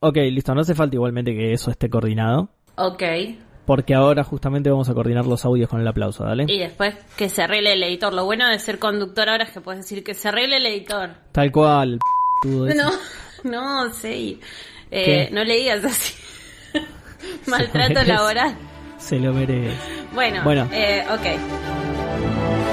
Ok, listo, no hace falta igualmente que eso esté coordinado, Ok. porque ahora justamente vamos a coordinar los audios con el aplauso, ¿dale? Y después que se arregle el editor. Lo bueno de ser conductor ahora es que puedes decir que se arregle el editor. Tal cual, el p***udo ese. No, no, sí. Eh, ¿Qué? no le digas así. Se lo Maltrato merece. laboral. Se lo merece. Bueno, Bueno. eh, ok.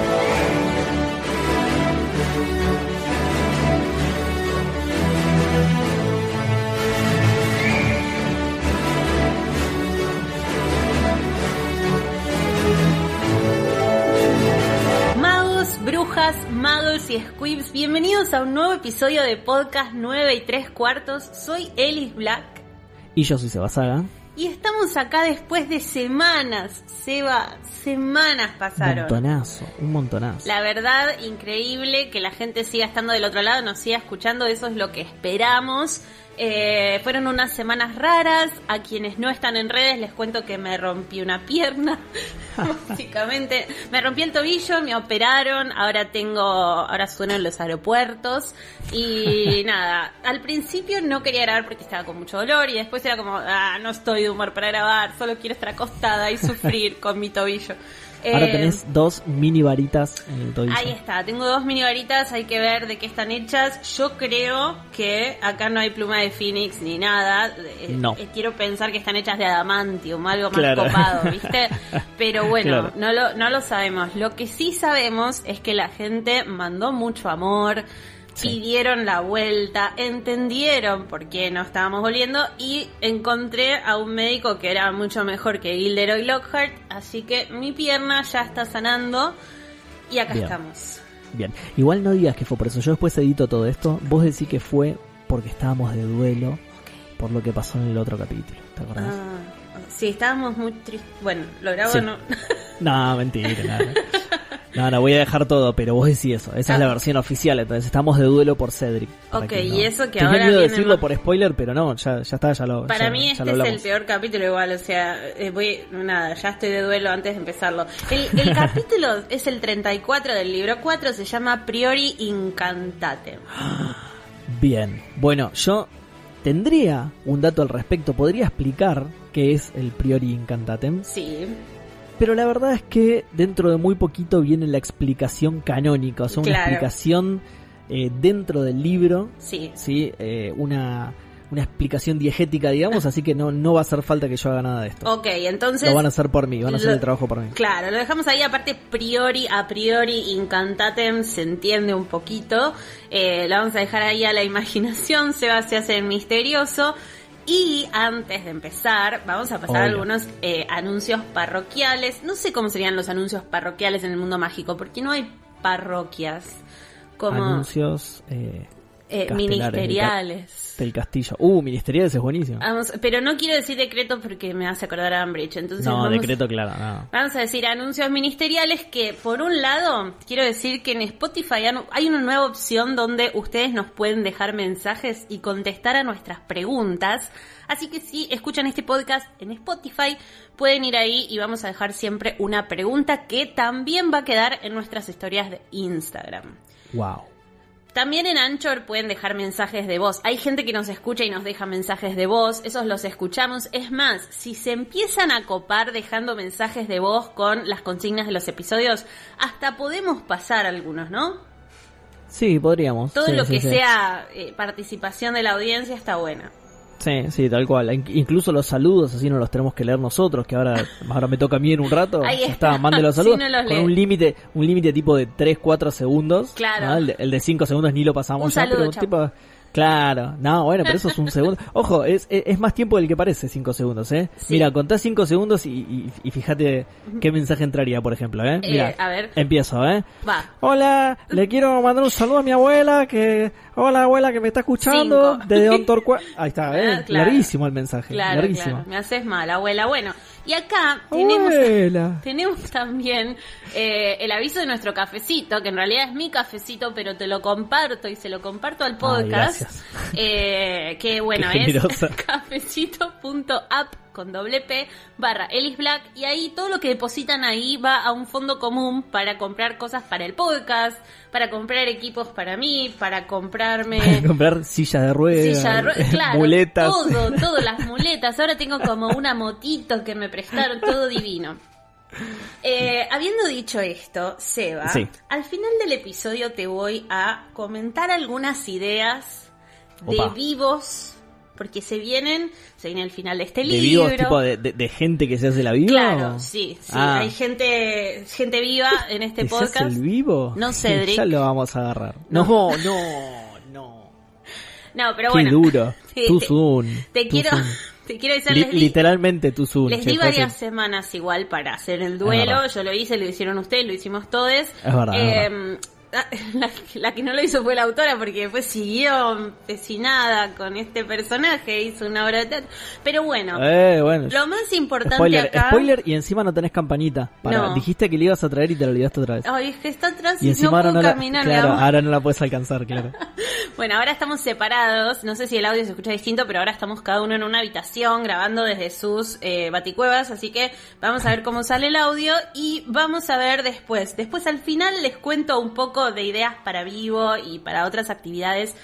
Magos, Brujas, magos y squibs, bienvenidos a un nuevo episodio de Podcast 9 y 3 cuartos. Soy Ellis Black Y yo soy Sebasaga. y estamos acá después de semanas, Seba, semanas Un pasaron. montonazo, un montonazo. La verdad, increíble que la gente siga estando del otro lado, nos siga escuchando, eso es lo que esperamos. Eh, fueron unas semanas raras, a quienes no están en redes les cuento que me rompí una pierna, básicamente. Me rompí el tobillo, me operaron, ahora tengo, ahora sueno en los aeropuertos. Y nada, al principio no quería grabar porque estaba con mucho dolor y después era como, ah, no estoy de humor para grabar, solo quiero estar acostada y sufrir con mi tobillo. Ahora Eh, tenés dos mini varitas en el tobillo. Ahí está, tengo dos mini varitas, hay que ver de qué están hechas. Yo creo que acá no hay pluma de Phoenix ni nada. Eh, No. eh, Quiero pensar que están hechas de adamantium, algo más Claro. copado, ¿viste? Pero Claro. bueno, no, lo, no lo sabemos. Lo que sí sabemos es que la gente mandó mucho amor, Sí. pidieron la vuelta, entendieron por qué no estábamos volviendo y encontré a un médico que era mucho mejor que Gilderoy Lockhart, así que mi pierna ya está sanando. Y acá Bien. estamos. Bien. Igual no digas que fue por eso. Yo después edito todo esto. Vos decís que fue porque estábamos de duelo por lo que pasó en el otro capítulo. ¿Te acordás? Ah, sí, estábamos muy tristes. Bueno, lo grabo Sí. o no. No, mentira. nada. No, no, voy a dejar todo, pero vos decís eso. Esa es la versión oficial, entonces estamos de duelo por Cedric. Para Ah. Ok, quien y eso que Tenía ahora miedo de viene decirlo más- por spoiler, pero no, ya, ya está, ya lo Para ya- mí ya este lo es el hablamos. peor capítulo igual, o sea, eh, voy, nada, ya estoy de duelo antes de empezarlo. El, el capítulo es el 34 del libro 4, se llama Priori Incantate. Bien, bueno, yo tendría un dato al respecto, podría explicar qué es el Priori Incantatem, Sí, pero la verdad es que dentro de muy poquito viene la explicación canónica, o sea, una Claro. explicación eh, dentro del libro sí. ¿sí? Eh, una, una explicación diegética, digamos, así que no, no va a hacer falta que yo haga nada de esto. Ok, Oh, entonces... lo van a hacer por mí, van a hacer lo- el trabajo por mí. Claro, lo dejamos ahí, aparte priori, a priori, incantatem, se entiende un poquito. Eh, lo vamos a dejar ahí a la imaginación, se va a hacer el misterioso. Y antes de empezar, vamos a pasar a Obvio. algunos eh, anuncios parroquiales. No sé cómo serían los anuncios parroquiales en el mundo mágico, porque no hay parroquias como Anuncios eh, eh, castelares ministeriales. Ah, del castillo. Uh, ministeriales es buenísimo. Vamos- pero no quiero decir decreto porque me hace acordar a Umbridge. Entonces no, vamos- decreto, claro, no. Vamos a decir anuncios ministeriales que, por un lado, quiero decir que en Spotify han- hay una nueva opción donde ustedes nos pueden dejar mensajes y contestar a nuestras preguntas. Así que si escuchan este podcast en Spotify, pueden ir ahí y vamos a dejar siempre una pregunta que también va a quedar en nuestras historias de Instagram. Wow. También en Anchor pueden dejar mensajes de voz. Hay gente que nos escucha y nos deja mensajes de voz. Esos los escuchamos. Es más, si se empiezan a copar dejando mensajes de voz con las consignas de los episodios, hasta podemos pasar algunos, ¿no? Sí, podríamos. Todo Sí, lo sí, que sí. sea eh, participación de la audiencia está buena. Sí, sí, tal cual. Inc- Incluso los saludos, así no los tenemos que leer nosotros, que ahora, ahora me toca a mí en un rato. Ahí Ya está. está, mande los Sí, saludos. no los con lee. un límite, un límite tipo de 3, 4 segundos. Claro. ¿no? El, de, el de 5 segundos ni lo pasamos Un ya, saludo, pero chau. tipo. Claro, no, bueno, pero eso es un segundo. Ojo, es, es, es más tiempo del que parece 5 segundos, ¿eh? Sí. Mira, contá 5 segundos y, y, y fíjate qué mensaje entraría, por ejemplo, ¿eh? Eh, Mira, a ver. empiezo, ¿eh? Va. Hola, le quiero mandar un saludo a mi abuela que... Hola abuela que me está escuchando Cinco. desde Don Torcua... Ahí está, ¿eh? Ah, claro. larguísimo el mensaje, Claro, larguísimo. claro. Me haces mal, abuela. Bueno, y acá tenemos... Abuela. Tenemos también eh, el aviso de nuestro cafecito, que en realidad es mi cafecito, pero te lo comparto y se lo comparto al podcast. gracias. eh, que bueno, Qué es generosa. cafecito.app con doble P barra Ellis Black y ahí todo lo que depositan ahí va a un fondo común para comprar cosas para el podcast, para comprar equipos para mí, para comprarme comprar silla de ruedas, Eh, silla de ruedas, claro, muletas. todo, todo, las muletas. Ahora tengo como una motito que me prestaron, todo divino. Eh, habiendo dicho esto, Seba, Sí. al final del episodio te voy a comentar algunas ideas de Opa. vivos, porque se vienen, se viene el final de este de libro. vivos, tipo de, de- de gente que se hace la viva. Claro, ¿o? sí, sí, Ah. hay gente, gente viva en este ¿Que se hace podcast. el vivo? No sé, Drake. ya lo vamos a agarrar. No, no, no. No, pero Qué bueno, duro. Sí, Tu te- Zoom. te tu quiero, Zoom. te quiero decir, Li- les di- literalmente tu Zoom. Les che, di fue varias así. semanas igual para hacer el Es duelo. verdad. Yo lo hice, lo hicieron ustedes, lo hicimos todos. Em, Es verdad, es La, la que no lo hizo fue la autora porque después siguió empecinada con este personaje, hizo una obra de teatro. Pero bueno, Eh, bueno. lo más importante Spoiler, acá... spoiler y encima no tenés campanita. Para, No. Dijiste que le ibas a traer y te la olvidaste otra vez. Ay, es que está atrás y y, no encima puedo ahora no la, caminar. claro, mi amor. ahora no la puedes alcanzar, claro. Bueno, ahora estamos separados, no sé si el audio se escucha distinto, pero ahora estamos cada uno en una habitación grabando desde sus eh, baticuevas, así que vamos a ver cómo sale el audio y vamos a ver después. Después al final les cuento un poco de ideas para vivo y para otras actividades.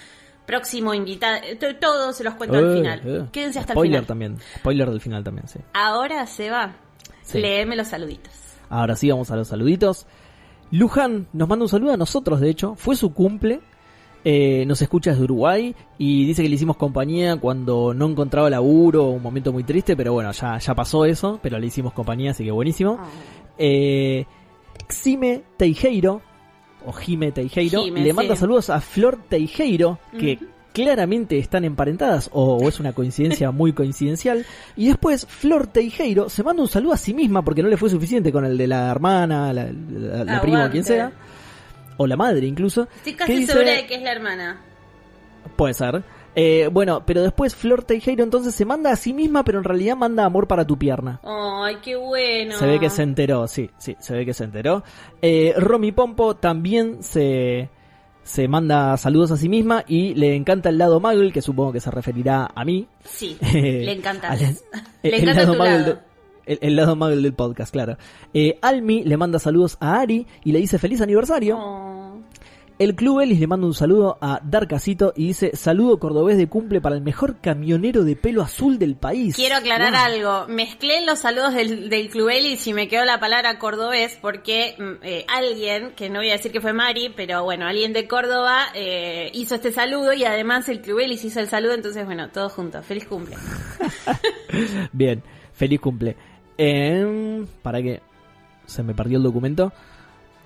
Próximo invitado, eh, todo se los cuento al Eh, final. eh. Quédense hasta spoiler el final. también. Spoiler del final también, sí. Ahora se va. Sí. Léeme los saluditos. Ahora sí, vamos a los saluditos. Luján nos manda un saludo a nosotros, de hecho. Fue su cumple. Eh, nos escucha desde Uruguay y dice que le hicimos compañía cuando no encontraba laburo, un momento muy triste, pero bueno, ya, ya pasó eso, pero le hicimos compañía, así que buenísimo. Eh, Xime Teijeiro, o Jime Teijeiro, Jime, le manda sí. saludos a Flor Teijeiro, que claramente están emparentadas, o, o es una coincidencia muy coincidencial. Y después, Flor Teijeiro se manda un saludo a sí misma, porque no le fue suficiente con el de la hermana, la, la- la prima, Aguante. quien sea, o la madre incluso. Estoy que casi dice- segura de que es la hermana. Puede ser. Eh, bueno, pero después Flor Teijeiro entonces se manda a sí misma, pero en realidad manda amor para tu pierna. Ay, qué bueno. Se ve que se enteró, sí, sí, se ve que se enteró. Eh, Romy Pompo también se, se manda saludos a sí misma y le encanta el lado Muggle, que supongo que se referirá a mí. Sí, Eh, le encanta. al- le el encanta lado tu Muggle lado. de- el, el lado Muggle del podcast, claro. Eh, Almi le manda saludos a Ari y le dice feliz aniversario. Oh. El Club Ellis le manda un saludo a Darkacito y dice saludo cordobés de cumple para el mejor camionero de pelo azul del país. Quiero aclarar Wow. algo. Mezclé los saludos del, del Club Ellis y me quedó la palabra cordobés porque mm, eh, alguien, que no voy a decir que fue Mari, pero bueno, alguien de Córdoba eh, hizo este saludo y además el Club Ellis hizo el saludo, entonces bueno, todos juntos. Feliz cumple. Bien, feliz cumple. Em, para que se me perdió el documento.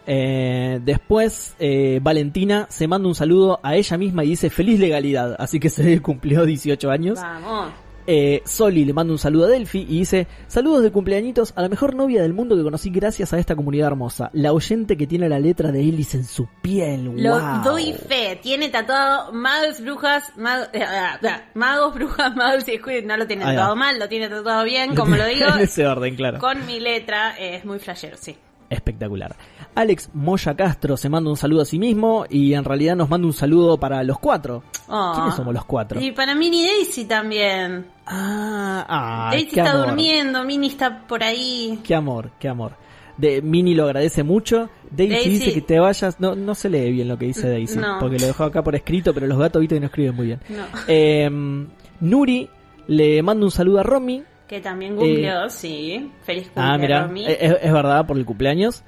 Eh, después, eh, Valentina se manda un saludo a ella misma y dice feliz legalidad. Así que se cumplió 18 años. Vamos. Eh, Soli le manda un saludo a Delphi y dice saludos de cumpleañitos a la mejor novia del mundo que conocí gracias a esta comunidad hermosa. La oyente que tiene la letra de Ellis en su piel. Lo Guau". doy fe. Tiene tatuado magos, brujas, mag- eh, ah, ah, magos, brujas, magos y escudos. No lo tiene Ahí va. tatuado mal, lo tiene tatuado bien, como lo digo. en ese orden, claro. Con mi letra eh, es muy flashero, sí. Espectacular. Alex Moya Castro se manda un saludo a sí mismo y en realidad nos manda un saludo para los cuatro. Oh. ¿Quiénes somos los cuatro? Y para Mini Daisy también. Ah, ah, Daisy qué está amor. durmiendo, Mini está por ahí. Qué amor, qué amor. De, Mini lo agradece mucho. Daisy, Daisy. Mm, dice que te vayas. No, no se lee bien lo que dice Daisy, no. porque lo dejó acá por escrito, pero los gatos viste que no escriben muy bien. No. Em, Nuri le manda un saludo a Romy. Que también cumplió, sí. Feliz cumple, Eh, Ah, mira, Romy. es, es verdad, por el cumpleaños.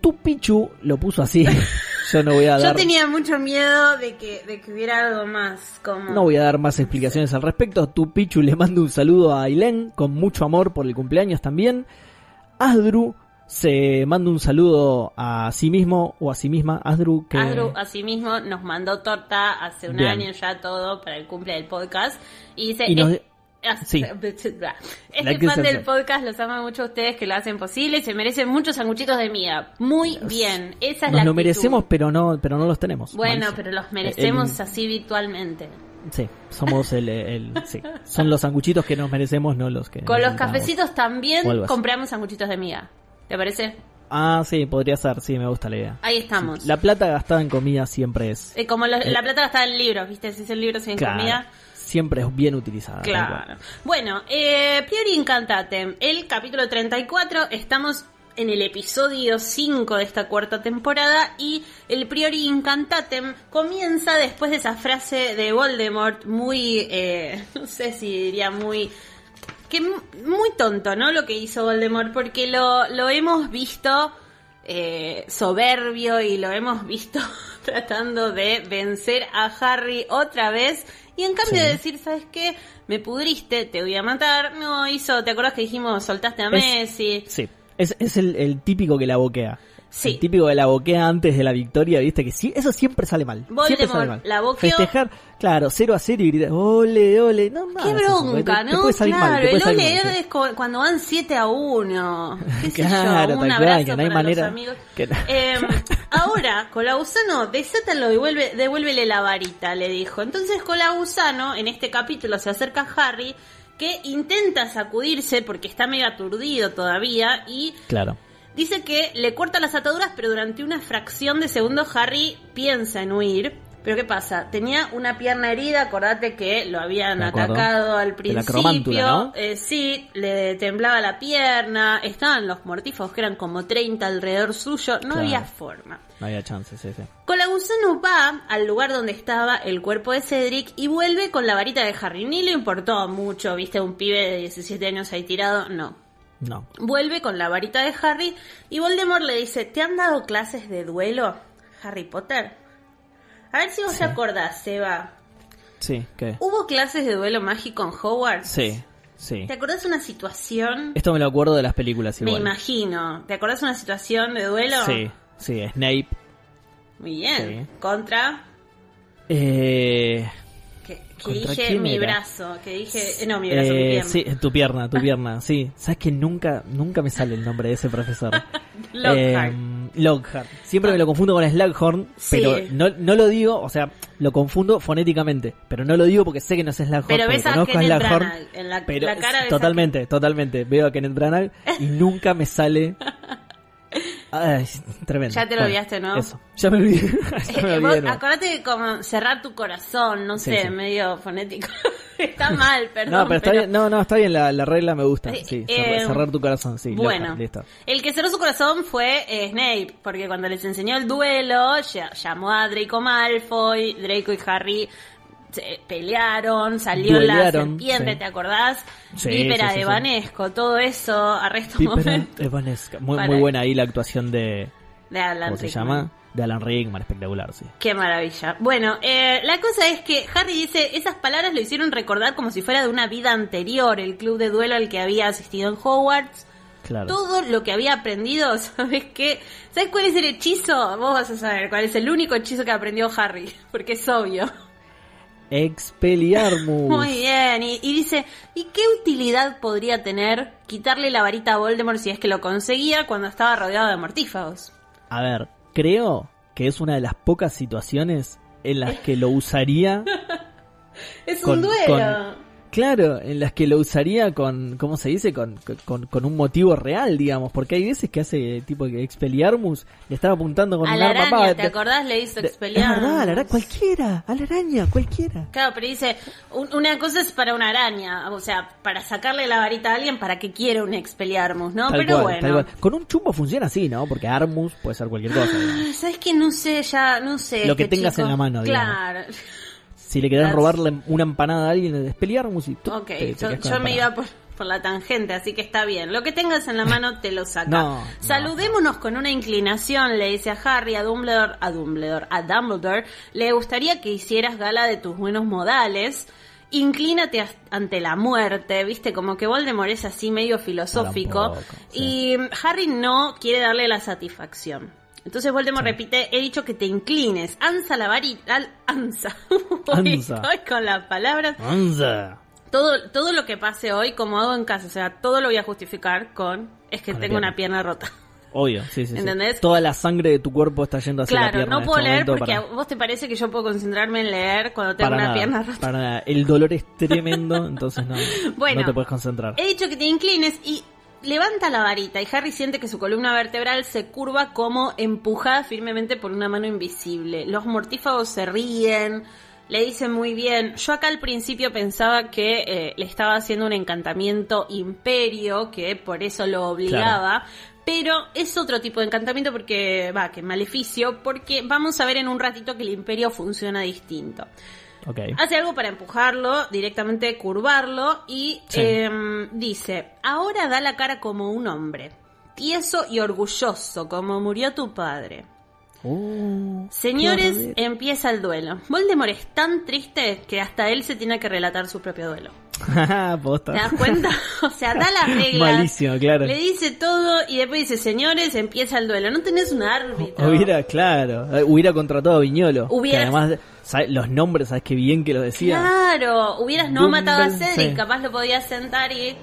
Tu Pichu lo puso así. Yo no voy a Yo dar. tenía mucho miedo de que, de que hubiera algo más. Como... No voy a dar más explicaciones al respecto. Tu Pichu le mando un saludo a Ailén con mucho amor por el cumpleaños también. Asdru se manda un saludo a sí mismo o a sí misma. Asdru que Andrew, asimismo, nos mandó torta hace un Bien. año ya todo para el cumple del podcast. Y dice. Y nos- "Es- Ah, as- Sí. Este que fan se- del podcast los ama mucho a ustedes que lo hacen posible y se merecen muchos sanguchitos de miga. Muy bien, esa es la nos lo actitud. merecemos, pero no, pero no los tenemos. Bueno, Malísimo. pero los merecemos El- así virtualmente. Sí, somos el, el- sí. son los sanguchitos que nos merecemos, no los que Con los necesitamos. cafecitos también O algo así. compramos sanguchitos de miga. ¿Te parece? Ah, sí, podría ser, sí, me gusta la idea. Ahí estamos. La plata gastada en comida siempre es Eh, como los- la plata gastada en libros, ¿viste? Si es el libro sin Claro. comida. siempre es bien utilizada. tal cual. Claro. Bueno, eh, Priori Incantatem, el capítulo 34, estamos en el episodio 5 de esta cuarta temporada y el Priori Incantatem comienza después de esa frase de Voldemort muy, eh, no sé si diría muy... Que mu- muy tonto, ¿no? Lo que hizo Voldemort, porque lo, lo hemos visto eh, soberbio y lo hemos visto tratando de vencer a Harry otra vez. Y en cambio de decir, ¿sabes qué? Me pudriste, te voy a matar. No, hizo, ¿te acordás que dijimos soltaste a Es- Messi? Sí, es, es el, el típico que la boquea. Sí. El típico que la boquea antes de la victoria, viste que sí, eso siempre sale mal. siempre Voldemort sale mal. la boqueó. Festejar, claro, 0 a 0 y gritar, ole, ole. No, nada es Qué Ah, eso, porque bronca, te- te ¿no? puede salir claro, mal, te puede el salir mal, OLR sí. es co- cuando van 7 a 1. ¿Qué sé Claro, yo? Un tal abrazo cual, que no hay para manera los amigos. que no- Eh, ahora, Colabusano, desátalo y vuelve, devuélvele la varita, le dijo. Entonces Colabusano, en este capítulo, se acerca a Harry, que intenta sacudirse porque está medio aturdido todavía y Claro. Dice que le corta las ataduras, pero durante una fracción de segundo Harry piensa en huir. Pero ¿qué pasa? Tenía una pierna herida, acordate que lo habían Me acuerdo. atacado al De la principio. cromántula, ¿no? Eh, sí, le temblaba la pierna, estaban los mortifos que eran como 30 alrededor suyo, no Claro. había forma. No había chances, sí, sí. Colagusano va al lugar donde estaba el cuerpo de Cedric y vuelve con la varita de Harry. Ni le importó mucho, viste, un pibe de 17 años ahí tirado, no. No. Vuelve con la varita de Harry y Voldemort le dice, ¿te han dado clases de duelo, Harry Potter? A ver si vos te acordás, Seba. Sí, ¿qué? ¿Hubo clases de duelo mágico en Hogwarts? Sí, sí. ¿Te acordás una situación? Esto me lo acuerdo de las películas Me igual. imagino. ¿Te acordás una situación de duelo? Sí, sí, Snape. Muy bien. Sí. Contra... Eh, Que, que ¿Contra dije quién mi era? brazo. Que dije... eh, No, mi brazo, mi eh, pierna. Sí, tu pierna, tu pierna, sí. Sabes que nunca, nunca me sale el nombre de ese profesor. Lockhart. Eh, Lockhart. Siempre me lo confundo con Slughorn, Sí. pero no, no lo digo, o sea, lo confundo fonéticamente, pero no lo digo porque sé que no es Slughorn, Pero ves porque a conozco a Kenneth Slughorn, Branagh, en la- pero la cara ves a- totalmente, totalmente. Veo a Kenneth Branagh y nunca me sale. Ay, es tremendo. Ya te lo olvidaste, ¿no? Eso. Ya me olvidé. ya me Eh, olvidé, vos ¿no? acordate de como cerrar tu corazón, no Sí, sé, sí. medio fonético. está mal, perdón. no, pero está bien, no, no, está bien, la, la regla me gusta. Eh, Sí, eh, cerrar tu corazón, sí. Bueno, Lockhart, listo. el que cerró su corazón fue eh, Snape, porque cuando les enseñó el duelo, ya- llamó a Draco Malfoy, Draco y Harry se pelearon, salió la Duelearon, serpiente, sí. ¿te acordás? Sí, Vípera sí, sí, de sí. Vanesco, todo eso, arresto Piper momento Evanesca. Muy, Para- muy buena ahí la actuación de. de Alan ¿Cómo se Rickman. llama? De Alan Rickman, espectacular, sí. Qué maravilla. Bueno, eh, la cosa es que Harry dice, esas palabras lo hicieron recordar como si fuera de una vida anterior, el club de duelo al que había asistido en Hogwarts. Claro. Todo lo que había aprendido, ¿sabes qué? ¿Sabes cuál es el hechizo? Vos vas a saber cuál es el único hechizo que aprendió Harry, porque es obvio. Expelliarmus. Muy bien, y, y dice, ¿y qué utilidad podría tener quitarle la varita a Voldemort si es que lo conseguía cuando estaba rodeado de mortífagos? A ver, creo que es una de las pocas situaciones en las que lo usaría. Es Con- un duelo. con- Claro, en las que lo usaría con, ¿cómo se dice? Con, con, con un motivo real, digamos, porque hay veces que hace tipo que Expelliarmus le estaba apuntando con A un la arma. pa, araña, ¿te de- acordás? Le hizo de- es expeliar. verdad, a la araña, cualquiera, a la araña, cualquiera. Claro, pero dice, un- una cosa es para una araña, o sea, para sacarle la varita a alguien para que quiera un expeliarmus, ¿no? Tal pero cual, bueno. tal cual. Con un chumbo funciona así, ¿no? Porque Armus puede ser cualquier cosa. digamos. ¿Sabes que No sé, ya, no sé. Lo que este tengas chico. en la mano, digamos. Claro. Si le querés Las- robar la- una empanada a alguien, le despelearmus y tú Ok, te- te yo, quedás con yo la me empanada. iba por, por la tangente, así que está bien. Lo que tengas en la mano te lo saca. Eh, No, no. Saludémonos con una inclinación, le dice a Harry, a Dumbledore, a Dumbledore, a Dumbledore. Le gustaría que hicieras gala de tus buenos modales. Inclínate as- ante la muerte, viste, como que Voldemort es así medio filosófico. Tampoco, Y Harry no quiere darle la satisfacción. Entonces Voldemort repite, he dicho que te inclines, ansa la varita, al- ansa. Hoy Ansa. estoy con las palabras ¡Anza! todo, todo lo que pase hoy, como hago en casa, o sea, todo lo voy a justificar con es que Con la tengo pierna. una pierna rota. Obvio, sí, sí, sí. ¿Entendés? Toda la sangre de tu cuerpo está yendo hacia la claro, pierna. no en puedo este leer momento porque para- a vos te parece que yo puedo concentrarme en leer cuando tengo para una nada, pierna rota. para nada. El dolor es tremendo, entonces no, Bueno. Eh, no te puedes concentrar. He dicho que te inclines y levanta la varita y Harry siente que su columna vertebral se curva como empujada firmemente por una mano invisible. Los mortífagos se ríen. le dice muy bien. Yo acá al principio pensaba que eh, le estaba haciendo un encantamiento imperio, que por eso lo obligaba. Pero es otro tipo de encantamiento porque, va, que maleficio, porque vamos a ver en un ratito que el imperio funciona distinto. Ok. Hace algo para empujarlo, directamente curvarlo, y Sí. em, dice, ahora da la cara como un hombre, tieso y orgulloso, como murió tu padre. Uh, qué Señores, horror. empieza el duelo. Voldemort es tan triste que hasta él se tiene que relatar su propio duelo. Ajá, posta. ¿Te das cuenta? O sea, da las reglas. Malísimo, claro. Le dice todo y después dice, señores, empieza el duelo. No tenés un árbitro. Hubiera, claro, eh, hubiera contratado a Viñolo. Hubiera- Que además, ¿sabes? los nombres, ¿sabes qué bien que lo decía? Claro, hubieras no matado a Dumbledore, Cedric, sí. capaz lo podías sentar y...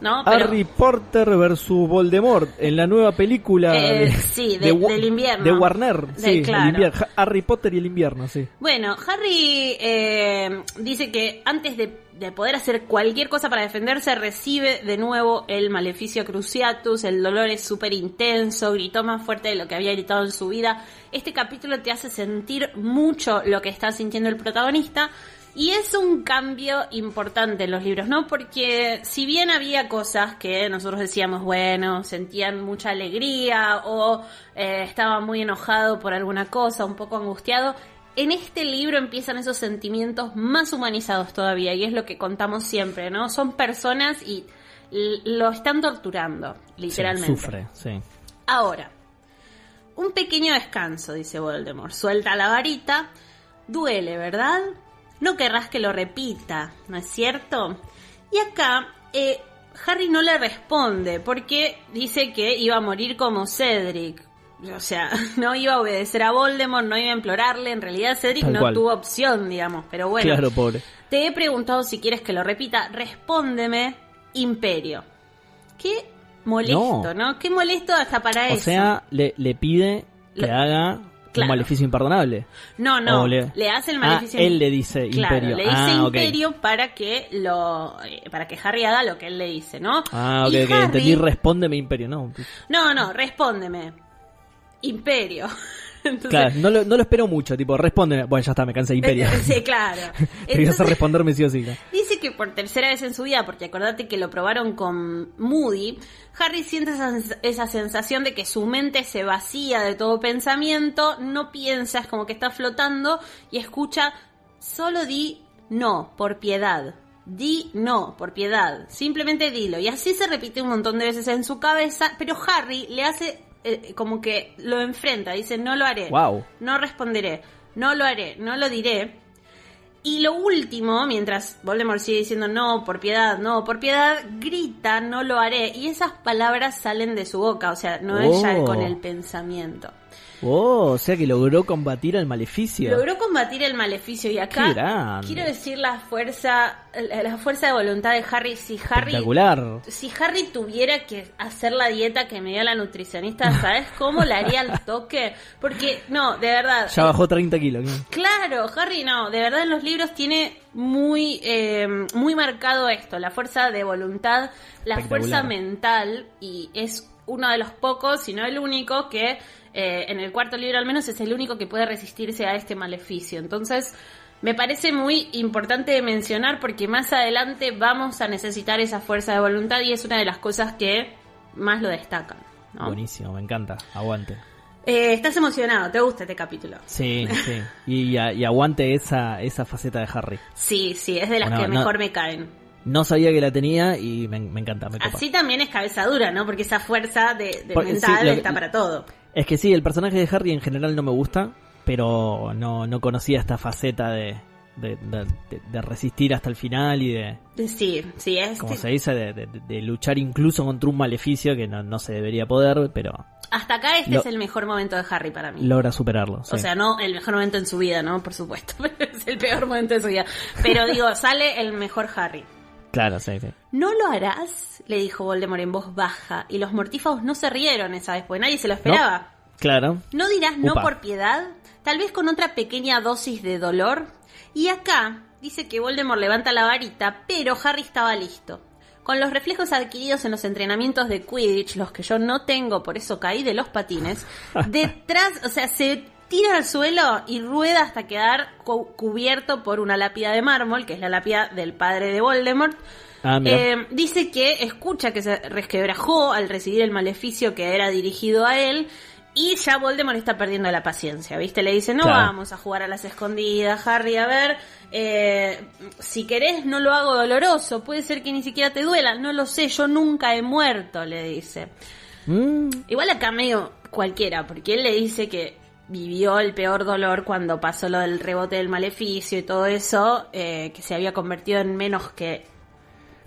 ¿No? Pero- Harry Potter versus Voldemort en la nueva película Eh, de- sí, de- Wa- del invierno. de Warner, De- sí, el claro. invierno. Ha- Harry Potter y el invierno, sí. Bueno, Harry eh, dice que antes de, de poder hacer cualquier cosa para defenderse, recibe de nuevo el maleficio cruciatus, el dolor es súper intenso, gritó más fuerte de lo que había gritado en su vida. Este capítulo te hace sentir mucho lo que está sintiendo el protagonista. Y es un cambio importante en los libros, ¿no? Porque si bien había cosas que nosotros decíamos, bueno, sentían mucha alegría o eh, estaba muy enojado por alguna cosa, un poco angustiado, en este libro empiezan esos sentimientos más humanizados todavía y es lo que contamos siempre, ¿no? Son personas y l- lo están torturando, literalmente. Sí, sufre, sí. Ahora, un pequeño descanso, dice Voldemort. Suelta la varita. Duele, ¿verdad? No querrás que lo repita, ¿no es cierto? Y acá, eh, Harry no le responde porque dice que iba a morir como Cedric. O sea, no iba a obedecer a Voldemort, no iba a implorarle. En realidad, Cedric Tal no cual. tuvo opción, digamos. Pero bueno, Claro, pobre. te he preguntado si quieres que lo repita. Respóndeme, Imperio. Qué molesto, ¿no? Qué molesto hasta para O eso. sea, le, le pide que Lo- haga Claro. un maleficio imperdonable. no, no. o Le, le- hace el Ah, maleficio. él le dice claro, imperio. le dice Ah, ok. imperio para que lo, eh, para que Harry haga lo que él le dice, ¿no? Ah, ok, Y ok, Harry- entendí, respóndeme imperio, no. No, no, respóndeme, Imperio. Entonces, Claro, no lo, no lo espero mucho, tipo, respóndeme. Bueno, ya está, me cansé, imperio. Sí, claro. Pero ibas a Entonces- responderme sí o sí. claro. Dice que por tercera vez en su vida, porque acordate que lo probaron con Moody, Harry siente esa, esa sensación de que su mente se vacía de todo pensamiento, no piensa, es como que está flotando y escucha, solo di no, por piedad. Di no, por piedad. Simplemente dilo. Y así se repite un montón de veces en su cabeza, pero Harry le hace eh, como que lo enfrenta, dice, no lo haré. Wow. No responderé, no lo haré, no lo diré. Y lo último, mientras Voldemort sigue diciendo no, por piedad, no, por piedad, grita no lo haré. Y esas palabras salen de su boca, o sea, no es ya Oh. con el pensamiento. Oh, o sea que logró combatir al maleficio. Logró combatir el maleficio y Qué acá grande. quiero decir la fuerza, la la fuerza de voluntad de Harry. Si Harry Espectacular. si Harry tuviera que hacer la dieta que me dio la nutricionista, ¿sabes cómo la haría al toque? Porque, no, de verdad. Ya bajó 30 kilos. ¿no? Claro, Harry, no, de verdad en los libros tiene muy, eh, muy marcado esto, la fuerza de voluntad, la Espectacular. fuerza mental, y es uno de los pocos, si no el único, que eh, en el cuarto libro al menos es el único que puede resistirse a este maleficio. Entonces, me parece muy importante mencionar porque más adelante vamos a necesitar esa fuerza de voluntad y es una de las cosas que más lo destacan. ¿no? Buenísimo, me encanta. Aguante. Eh, estás emocionado, te gusta este capítulo. Sí, sí. Y, a- y aguante esa, esa faceta de Harry. Sí, sí, es de las Bueno, que no- mejor me caen. No sabía que la tenía y me, me encanta, me copa. Así también es cabeza dura, ¿no? Porque esa fuerza de, de Por- mental sí, lo- está para todo. Es que sí, el personaje de Harry en general no me gusta, pero no, no conocía esta faceta de, de, de- de- de resistir hasta el final y de, Sí, sí, es. como se dice, de, de- de luchar incluso contra un maleficio que no, no se debería poder, pero Hasta acá este Lo- es el mejor momento de Harry para mí. logra superarlo. sí. O sea, no el mejor momento en su vida, ¿no? Por supuesto. es el peor momento de su vida. Pero digo, sale el mejor Harry. claro, sí, sí. ¿No lo harás? Le dijo Voldemort en voz baja. Y los mortífagos no se rieron esa vez, porque nadie se lo ¿No? esperaba. Claro. ¿No dirás no Upa. por piedad? Tal vez con otra pequeña dosis de dolor. Y acá dice que Voldemort levanta la varita, pero Harry estaba listo. Con los reflejos adquiridos en los entrenamientos de Quidditch, los que yo no tengo, por eso caí de los patines, detrás, o sea, se tira al suelo y rueda hasta quedar cu- cubierto por una lápida de mármol, que es la lápida del padre de Voldemort. Ah, mira. Eh, dice que escucha que se resquebrajó al recibir el maleficio que era dirigido a él. Y ya Voldemort está perdiendo la paciencia, ¿viste? Le dice, no Claro. vamos a jugar a las escondidas, Harry, a ver, eh, si querés no lo hago doloroso, puede ser que ni siquiera te duela, no lo sé, yo nunca he muerto, le dice. Mm, Igual acá medio cualquiera, porque él le dice que vivió el peor dolor cuando pasó lo del rebote del maleficio y todo eso, eh, que se había convertido en menos que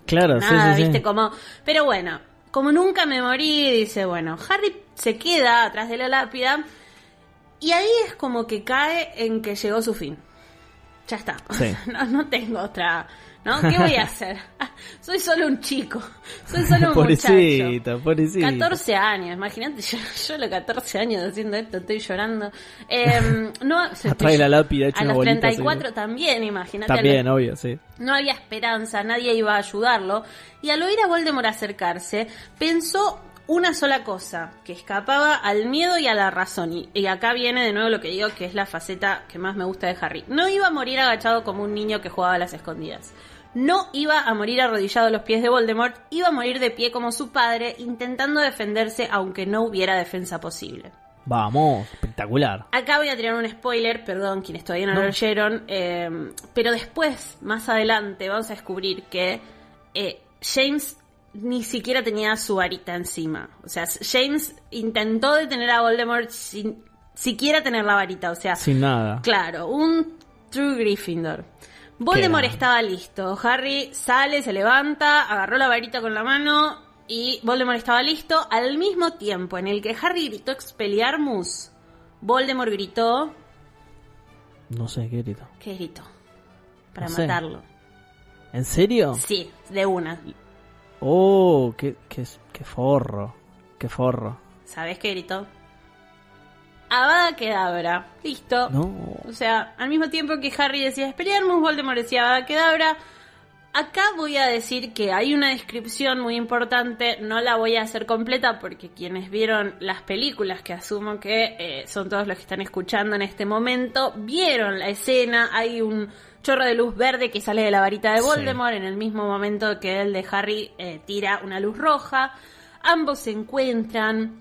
claro, sí, nada, sí, sí. viste, como... Pero bueno, como nunca me morí, dice, bueno, Harry se queda atrás de la lápida y ahí es como que cae en que llegó su fin. Ya está. Sí. No, no tengo otra... ¿No? ¿Qué voy a hacer? Soy solo un chico. Soy solo un muchacho. Pobrecita, pobrecita. 14 años, imagínate, yo, yo a los 14 años haciendo esto, estoy llorando. Em, no, Atrae la lápida, hecho A una los bolita, 34 también, imagínate. a los- También, obvio, sí. No había esperanza, nadie iba a ayudarlo. Y al oír a Voldemort acercarse, pensó una sola cosa, que escapaba al miedo y a la razón. Y, y acá viene de nuevo lo que digo, que es la faceta que más me gusta de Harry. No iba a morir agachado como un niño que jugaba a las escondidas. No iba a morir arrodillado a los pies de Voldemort, iba a morir de pie como su padre, intentando defenderse aunque no hubiera defensa posible. Vamos, espectacular. Acá voy a tirar un spoiler, perdón quienes todavía no, lo leyeron, eh, pero después, más adelante, vamos a descubrir que eh, James ni siquiera tenía su varita encima. O sea, James intentó detener a Voldemort sin siquiera tener la varita. O sea, Sin nada. Claro, un True Gryffindor. Voldemort Queda. estaba listo. Harry sale, se levanta, agarró la varita con la mano y Voldemort estaba listo. Al mismo tiempo en el que Harry gritó Expelliarmus, Voldemort gritó. No sé, qué grito. ¿Qué gritó? Para No sé. matarlo. ¿En serio? Sí, de una. Oh, qué, qué, qué forro. Qué forro. ¿Sabes qué gritó? Avada Kedavra. Listo. No. O sea, al mismo tiempo que Harry decía Expelliarmus, Voldemort decía Avada Kedavra. Acá voy a decir que hay una descripción muy importante, no la voy a hacer completa porque quienes vieron las películas, que asumo que eh, son todos los que están escuchando en este momento, vieron la escena, hay un chorro de luz verde que sale de la varita de Sí. Voldemort en el mismo momento que el de Harry eh, tira una luz roja, ambos se encuentran,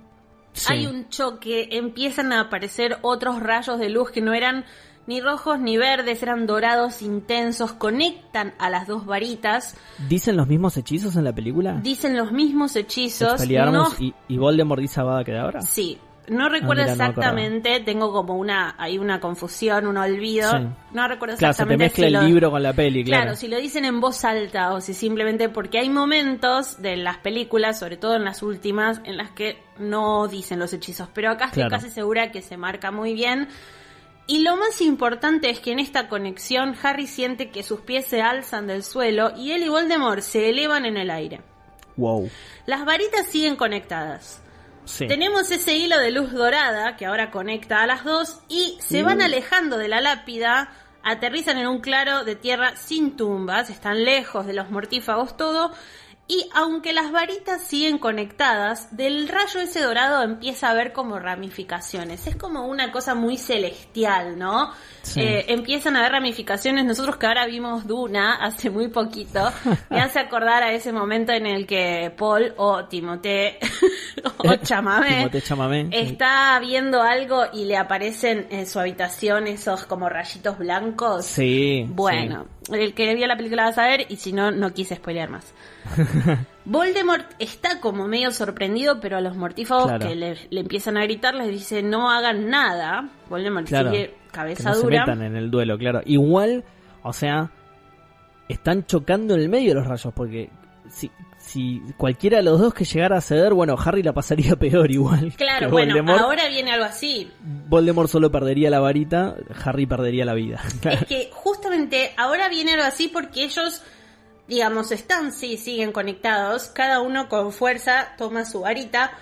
Sí. hay un choque, empiezan a aparecer otros rayos de luz que no eran ni rojos ni verdes, eran dorados intensos, conectan a las dos varitas, ¿Dicen los mismos hechizos en la película? dicen los mismos hechizos, no, Expelliarmus y, y Voldemort dice "Ah, Avada Kedavra. sí, no recuerdo Ah, mira, no me acordaba. exactamente, tengo como una, hay una confusión, un olvido, Sí. no recuerdo Claro, se te exactamente mezcla si el lo- libro con la peli, Claro, claro. si lo dicen en voz alta o si simplemente porque hay momentos de las películas, sobre todo en las últimas, en las que no dicen los hechizos, pero acá estoy Claro. casi segura que se marca muy bien. Y lo más importante es que en esta conexión Harry siente que sus pies se alzan del suelo y él y Voldemort se elevan en el aire. Wow. Las varitas siguen conectadas. Sí. Tenemos ese hilo de luz dorada que ahora conecta a las dos y se Mm. van alejando de la lápida, aterrizan en un claro de tierra sin tumbas, están lejos de los mortífagos todo y aunque las varitas siguen conectadas, del rayo ese dorado empieza a haber como ramificaciones. Es como una cosa muy celestial, ¿no? Sí. Eh, empiezan a haber ramificaciones. Nosotros que ahora vimos Duna hace muy poquito, me hace acordar a ese momento en el que Paul o Timote o Chamamé Timothée Chalamet, sí. Oh, está viendo algo y le aparecen en su habitación esos como rayitos blancos. Sí. Bueno, el que vio la película va a saber y si no, no quise spoilear más. Voldemort está como medio sorprendido, pero a los mortífagos Claro. que le, le empiezan a gritar les dice no hagan nada. Voldemort sí. Claro. sigue que cabeza no se dura. metan en el duelo, claro. Igual, o sea, están chocando en el medio de los rayos, porque si, si cualquiera de los dos que llegara a ceder, bueno, Harry la pasaría peor igual. Claro, que bueno, Voldemort. ahora viene algo así. Voldemort solo perdería la varita, Harry perdería la vida. Es que justamente ahora viene algo así porque ellos, digamos, están, sí, siguen conectados, cada uno con fuerza toma su varita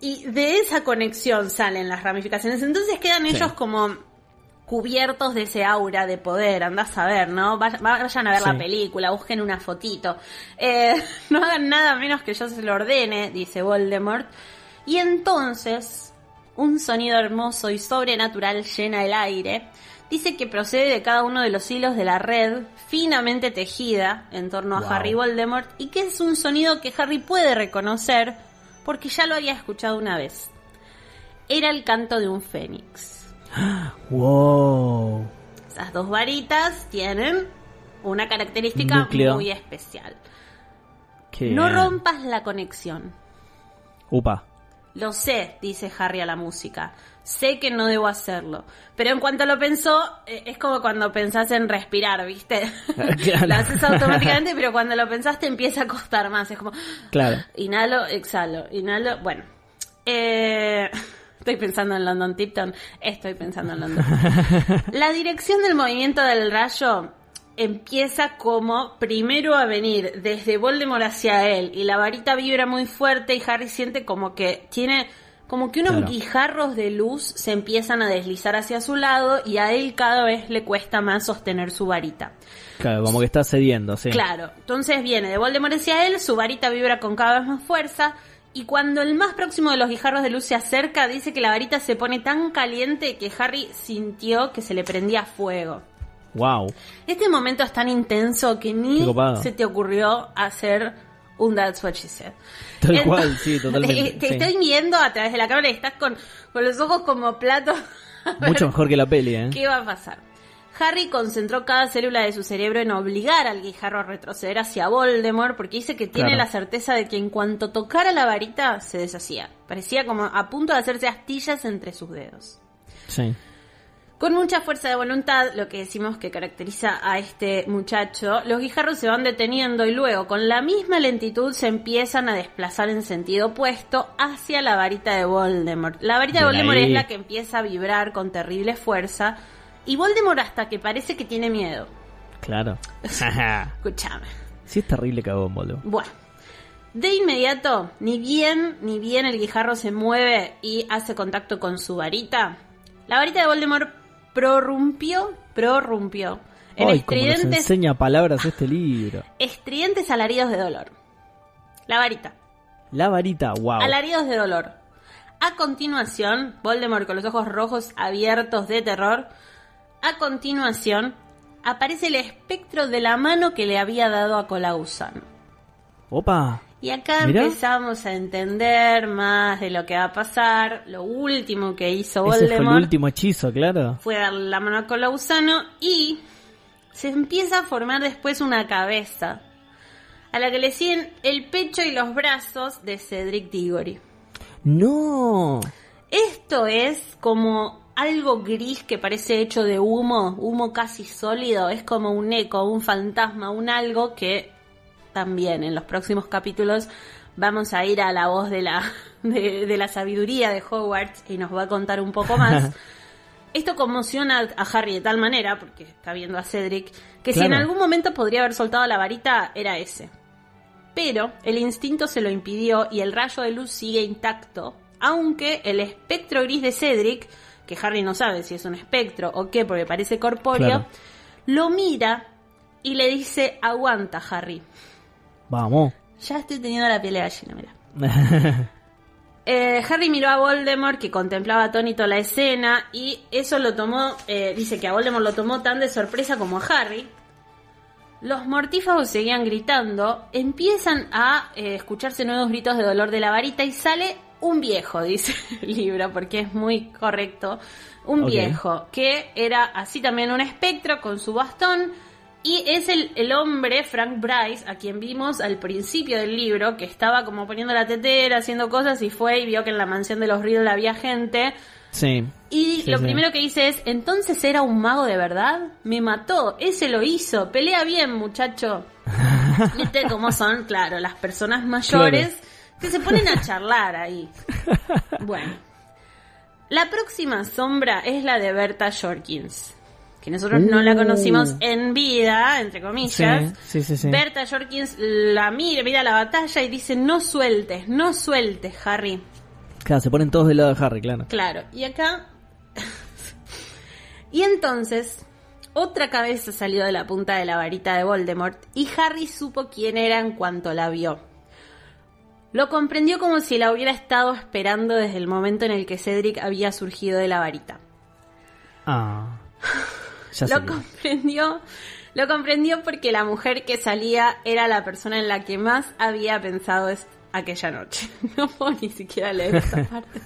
y de esa conexión salen las ramificaciones. Entonces quedan Sí. ellos como cubiertos de ese aura de poder, andás a ver, ¿no? Vay- Vayan a ver la Sí. película, busquen una fotito. Eh, no hagan nada menos que yo se lo ordene, dice Voldemort. Y entonces un sonido hermoso y sobrenatural llena el aire. Dice que procede de cada uno de los hilos de la red, finamente tejida en torno a Wow. Harry Voldemort, y que es un sonido que Harry puede reconocer porque ya lo había escuchado una vez. Era el canto de un fénix. Wow. Esas dos varitas tienen una característica Núcleo. muy especial. Qué No bien. rompas la conexión. Upa. Lo sé, dice Harry a la música. Sé que no debo hacerlo. Pero en cuanto lo pensó, eh, es como cuando pensás en respirar, ¿viste? Claro. lo haces automáticamente, pero cuando lo pensás te empieza a costar más. Es como, Claro. inhalo, exhalo, inhalo. Bueno, Eh, estoy pensando en London Tipton. Estoy pensando en London. La dirección del movimiento del rayo empieza como primero a venir desde Voldemort hacia él y la varita vibra muy fuerte y Harry siente como que tiene como que unos Claro. guijarros de luz se empiezan a deslizar hacia su lado y a él cada vez le cuesta más sostener su varita. Claro, como que está cediendo, sí. Claro, entonces viene de Voldemort hacia él, su varita vibra con cada vez más fuerza y cuando el más próximo de los guijarros de luz se acerca dice que la varita se pone tan caliente que Harry sintió que se le prendía fuego. Wow. Este momento es tan intenso que ni Qué copado. se te ocurrió hacer un That's What She Said. Tal Entonces, cual, sí, totalmente. Te, te sí. estoy viendo a través de la cámara y estás con, con los ojos como platos. a ver Mucho mejor que la peli, ¿eh? ¿Qué va a pasar? Harry concentró cada célula de su cerebro en obligar al guijarro a retroceder hacia Voldemort porque dice que tiene Claro. la certeza de que en cuanto tocara la varita se deshacía. Parecía como a punto de hacerse astillas entre sus dedos. Sí. Con mucha fuerza de voluntad, lo que decimos que caracteriza a este muchacho, los guijarros se van deteniendo y luego con la misma lentitud se empiezan a desplazar en sentido opuesto hacia la varita de Voldemort. La varita de Bien Voldemort ahí. es la que empieza a vibrar con terrible fuerza y Voldemort hasta que parece que tiene miedo. Claro. Escúchame. sí, es terrible cagón, boludo. Bueno. De inmediato, ni bien, ni bien el guijarro se mueve y hace contacto con su varita, la varita de Voldemort prorrumpió, prorrumpió en Ay, como nos estridentes, enseña palabras este libro. estridentes alaridos de dolor. La varita, La varita, wow. alaridos de dolor. A continuación, Voldemort con los ojos rojos abiertos de terror, a continuación aparece el espectro de la mano que le había dado a Colausan. Opa. Y acá Mirá. empezamos a entender más de lo que va a pasar. Lo último que Ese hizo fue el Voldemort último hechizo, claro. fue darle la mano a Colausano y se empieza a formar después una cabeza a la que le siguen el pecho y los brazos de Cedric Diggory. No. Esto es como algo gris que parece hecho de humo, humo casi sólido, es como un eco, un fantasma, un algo que también en los próximos capítulos vamos a ir a la voz de la, de, de la sabiduría de Hogwarts y nos va a contar un poco más. Esto conmociona a Harry de tal manera, porque está viendo a Cedric, que si en Claro. algún momento podría haber soltado la varita, era ese. Pero el instinto se lo impidió y el rayo de luz sigue intacto, aunque el espectro gris de Cedric, que Harry no sabe si es un espectro o qué porque parece corpóreo, Claro. lo mira y le dice, aguanta Harry, Vamos. ya estoy teniendo la piel de gallina, mira. Eh, Harry miró a Voldemort que contemplaba atónito la escena y eso lo tomó, eh, dice que a Voldemort lo tomó tan de sorpresa como a Harry. Los mortífagos seguían gritando, empiezan a eh, escucharse nuevos gritos de dolor de la varita y sale un viejo, dice el libro, porque es muy correcto, un Ok. viejo que era así también un espectro con su bastón y es el, el hombre, Frank Bryce, a quien vimos al principio del libro, que estaba como poniendo la tetera, haciendo cosas y fue y vio que en la mansión de los Riddle había gente. sí. Y Sí, lo sí. primero que dice es, entonces era un mago de verdad, me mató, ese lo hizo, pelea bien muchacho. Viste cómo son, claro, las personas mayores que se ponen a charlar ahí. Bueno, la próxima sombra es la de Berta Jorkins, que nosotros no la Uh. conocimos en vida, entre Sí, comillas. sí, sí. sí. Berta Jorkins la mira, mira la batalla y dice, no sueltes, no sueltes, Harry. Claro, se ponen todos del lado de Harry, claro. Claro, y acá. y entonces, otra cabeza salió de la punta de la varita de Voldemort y Harry supo quién era en cuanto la vio. Lo comprendió como si la hubiera estado esperando desde el momento en el que Cedric había surgido de la varita. Ah. Ya Lo sabía. comprendió, lo comprendió porque la mujer que salía era la persona en la que más había pensado es- aquella noche. No puedo ni siquiera leer esa parte.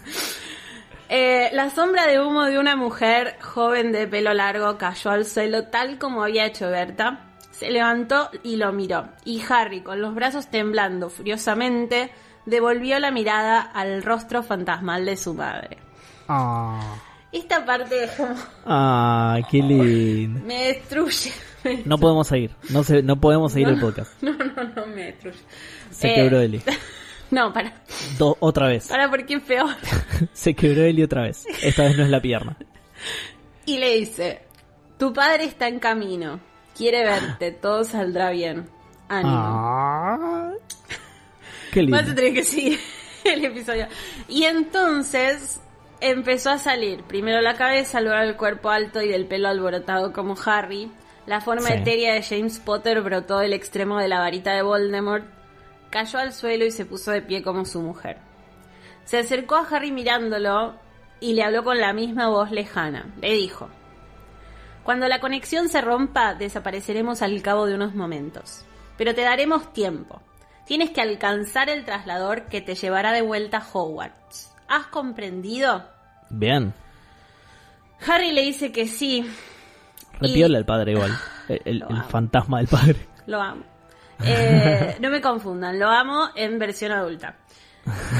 Eh, la sombra de humo de una mujer joven de pelo largo cayó al suelo tal como había hecho Berta. Se levantó y lo miró. Y Harry, con los brazos temblando furiosamente, devolvió la mirada al rostro fantasmal de su madre. Ah. Esta parte como, Ah, qué lindo. me destruye. me No podemos seguir. No, se, no podemos seguir el podcast. No, no, no me destruye. Se Eh, quebró Eli. No, para. Do- otra vez. Para porque es peor. Se quebró Eli otra vez. Esta vez no es la pierna. Y le dice: Tu padre está en camino. Quiere verte. Todo saldrá bien. Ánimo. Ah. Qué Vas a lindo. tener que seguir el episodio. Y entonces empezó a salir. Primero la cabeza, luego el cuerpo alto y del pelo alborotado como Harry. La forma Sí. etérea de James Potter brotó del extremo de la varita de Voldemort, cayó al suelo y se puso de pie como su mujer. Se acercó a Harry mirándolo y le habló con la misma voz lejana. Le dijo, Cuando la conexión se rompa, desapareceremos al cabo de unos momentos. Pero te daremos tiempo. Tienes que alcanzar el traslador que te llevará de vuelta a Hogwarts. ¿Has comprendido? Bien. Harry le dice que sí, Repiola el padre igual. El, el- Lo el amo. fantasma del padre. Lo amo. Eh, no me confundan, lo amo en versión adulta.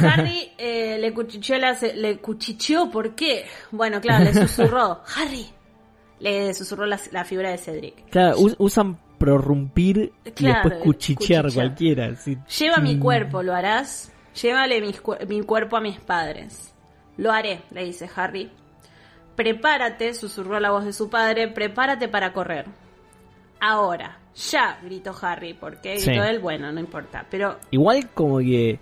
Harry eh, le cuchicheó, la ce- le cuchicheó, ¿por qué? Bueno, claro, le susurró. Harry le susurró la, la figura de Cedric. Claro, us- usan prorrumpir y Claro, después cuchichear cuchichear. cualquiera. sí. Lleva mi cuerpo, ¿lo harás? Llévale mis cuer- mi cuerpo a mis padres. Lo haré, le dice Harry. Prepárate, susurró la voz de su padre, prepárate para correr. Ahora, ya, gritó Harry, porque Sí. gritó él, bueno, no importa, pero Igual como que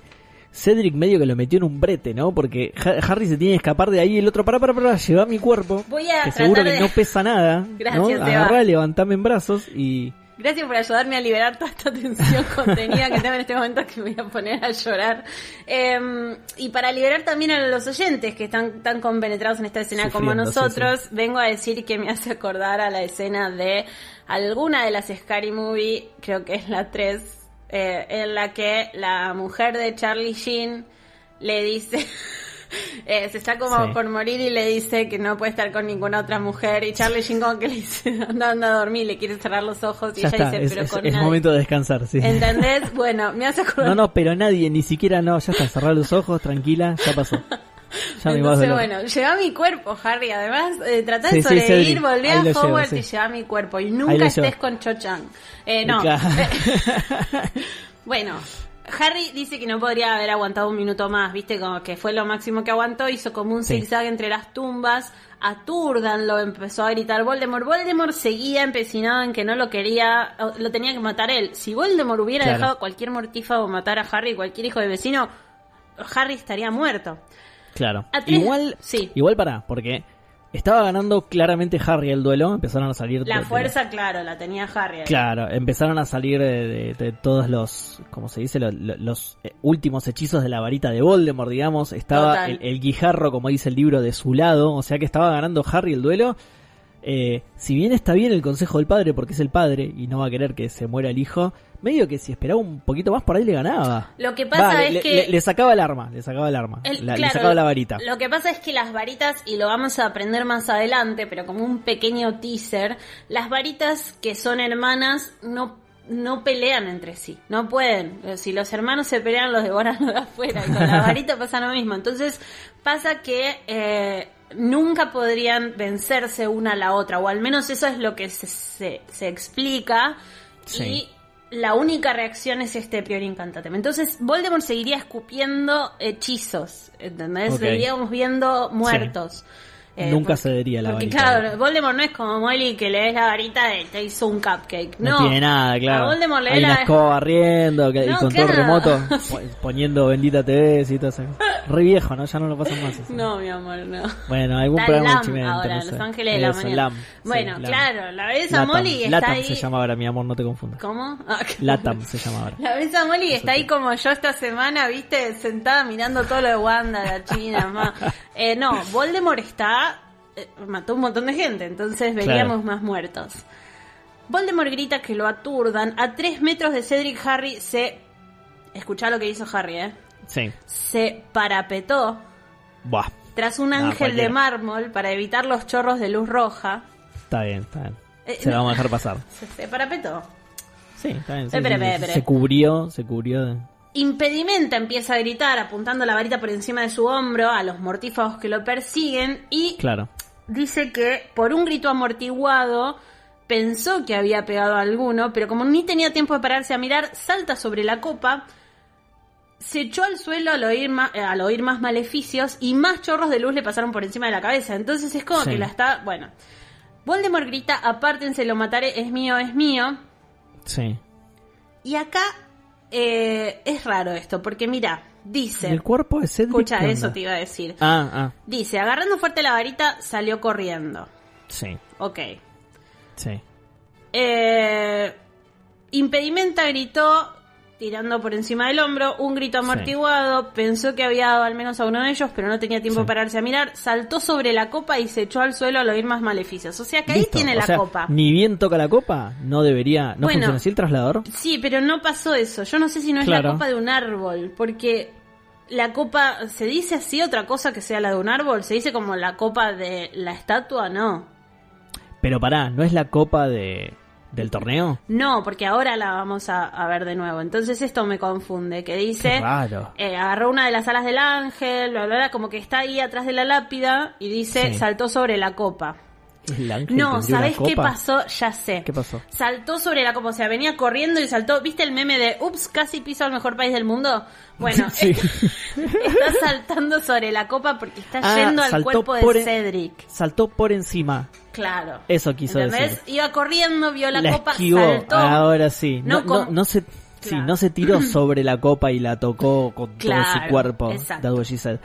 Cedric medio que lo metió en un brete, ¿no? Porque Ha- Harry se tiene que escapar de ahí y el otro, para, para, para, lleva mi cuerpo. Voy a que tratar seguro que de- no pesa nada. Gracias, ¿no? Seba. Agarrá, levantame en brazos y... Gracias por ayudarme a liberar toda esta tensión contenida que tengo en este momento que me voy a poner a llorar. Em, y para liberar también a los oyentes que están tan compenetrados en esta escena como Sufriendo, sí, nosotros, vengo a decir que me hace acordar a la escena de alguna de las Scary Movie, creo que es la 3, eh, en la que la mujer de Charlie Sheen le dice... eh, se está como Sí. por morir y le dice que no puede estar con ninguna otra mujer y Charlie Sheen como que le dice anda anda a dormir le quiere cerrar los ojos y ya ella está, dice es, pero es- con es nadie". momento de descansar, sí. ¿Entendés? Bueno, me hace acordar. No, no, pero nadie, ni siquiera no, ya está, cerrar los ojos, tranquila, ya pasó. Ya me vas Entonces, dolor. bueno, lleva mi cuerpo, Harry. Además, eh, tratá Sí, de sí, sobrevivir, Cedric, ahí volvé a lo llevo, Hogwarts sí. y lleva mi cuerpo. Y Ahí nunca lo estés llevo. con Cho Chang. Eh, no. Claro. Bueno, Harry dice que no podría haber aguantado un minuto más, ¿viste? Como que fue lo máximo que aguantó, hizo como un Sí. zigzag entre las tumbas, atúrdanlo, empezó a gritar Voldemort. Voldemort seguía empecinado en que no lo quería, o- lo tenía que matar él. Si Voldemort hubiera Claro. dejado a cualquier mortífago matar a Harry, cualquier hijo de vecino, Harry estaría muerto. Claro. A tres- Igual, sí. igual para, porque estaba ganando claramente Harry el duelo, empezaron a salir... de- La de- fuerza, claro, la tenía Harry. Claro, empezaron a salir de, de- de todos los, como se dice, los, los- los, eh, últimos hechizos de la varita de Voldemort, digamos. Estaba Total. el, el guijarro, como dice el libro, de su lado. O sea que estaba ganando Harry el duelo. Eh, si bien está bien el consejo del padre, porque es el padre y no va a querer que se muera el hijo, medio que si esperaba un poquito más por ahí le ganaba. Lo que pasa Va, es le, que- le- le sacaba el arma, le sacaba el arma, El- la- le claro, sacaba la varita. Lo que pasa es que las varitas, y lo vamos a aprender más adelante, pero como un pequeño teaser, las varitas que son hermanas no, no pelean entre sí, no pueden. Eh, Si los hermanos se pelean, los devoran los de afuera. Y con la varita pasa lo mismo. Entonces pasa que eh, nunca podrían vencerse una a la otra, o al menos eso es lo que se, se, se explica. Sí. Y la única reacción es este prior incantatem. Entonces, Voldemort seguiría escupiendo hechizos, ¿entendés? Ok. Seguiríamos viendo muertos. Eh, Nunca porque- cedería la Porque varita. claro, Voldemort no es como Molly que le des la varita de te hizo un cupcake. No, No, tiene nada, claro. A Voldemort le Hay des una la escoba riendo que- y No, control claro. remoto po- poniendo bendita TV y todo eso. Re viejo, ¿no? Ya no lo pasan más. eso. No, mi amor, no. Bueno, algún Está programa LAM chimente, ahora, no Los sé. Ángeles de la Eso, Mañana. LAM, bueno, sí, LAM. claro, la ves a Latam. Molly y está Latam ahí. se llama ahora, mi amor, no te confundas. ¿Cómo? Ah, qué- Latam se llama ahora. La ves a Molly y está ahí como yo esta semana, viste, sentada mirando todo lo de Wanda, la China, ma. Eh, no, Voldemort está. eh, mató un montón de gente, entonces veríamos más muertos. Voldemort grita que lo aturdan. A tres metros de Cedric Harry se. Escuchá lo que hizo Harry, ¿eh? Sí. Se parapetó Buah. tras un No, ángel de cualquiera. mármol para evitar los chorros de luz roja. Está bien, está bien. Eh, Se lo no. vamos a dejar pasar. Se, se parapetó. Sí, está bien. sí, Espera, sí, sí. espera, Se espera. cubrió, se cubrió de... Impedimenta empieza a gritar apuntando la varita por encima de su hombro a los mortífagos que lo persiguen y Claro. dice que por un grito amortiguado pensó que había pegado a alguno, pero como ni tenía tiempo de pararse a mirar, salta sobre la copa, se echó al suelo al oír, ma- eh, al oír más maleficios y más chorros de luz le pasaron por encima de la cabeza. Entonces es como Sí. que la está... Bueno, Voldemort grita, apártense, lo mataré, es mío, es mío. Sí. Y acá eh, es raro esto, porque mira, ¿Y dice, el cuerpo de Cedric? escucha qué eso onda? te iba a decir, Ah, ah. dice, agarrando fuerte la varita, salió corriendo. Sí, Ok. sí. Eh, impedimenta gritó, tirando por encima del hombro, un grito amortiguado, pensó que había dado al menos a uno de ellos, pero no tenía tiempo Sí. para pararse a mirar, saltó sobre la copa y se echó al suelo al oír más maleficios. O sea que Listo. ahí tiene O la sea, copa. Ni bien toca la copa, no debería. ¿No Bueno. funciona así el traslador? Sí, pero no pasó eso. Yo no sé si no es la Claro. copa de un árbol, porque la copa, ¿se dice así otra cosa que sea la de un árbol? ¿Se dice como la copa de la estatua? No. Pero pará, ¿no es la copa de, del torneo? No, porque ahora la vamos a, a ver de nuevo. Entonces esto me confunde, que Qué dice, raro. eh, agarró una de las alas del ángel, bla, bla, bla, como que está ahí atrás de la lápida y dice, Sí. saltó sobre la copa. El ángel No, tendría una ¿sabes qué copa. pasó? Ya sé. ¿Qué pasó? Saltó sobre la copa, o sea, venía corriendo y saltó. ¿Viste el meme de, ups, casi piso al mejor país del mundo? Bueno, eh. Sí. está saltando sobre la copa porque está Ah, yendo al saltó cuerpo de por en- Cedric. Saltó por encima. Claro. Eso quiso decir. Iba corriendo, vio la, copa, esquivó. Ah, saltó. Ahora sí. No, No, no, con- no se, sí, no se tiró sobre la copa y la tocó con todo Claro, su cuerpo, exacto. That's what she said.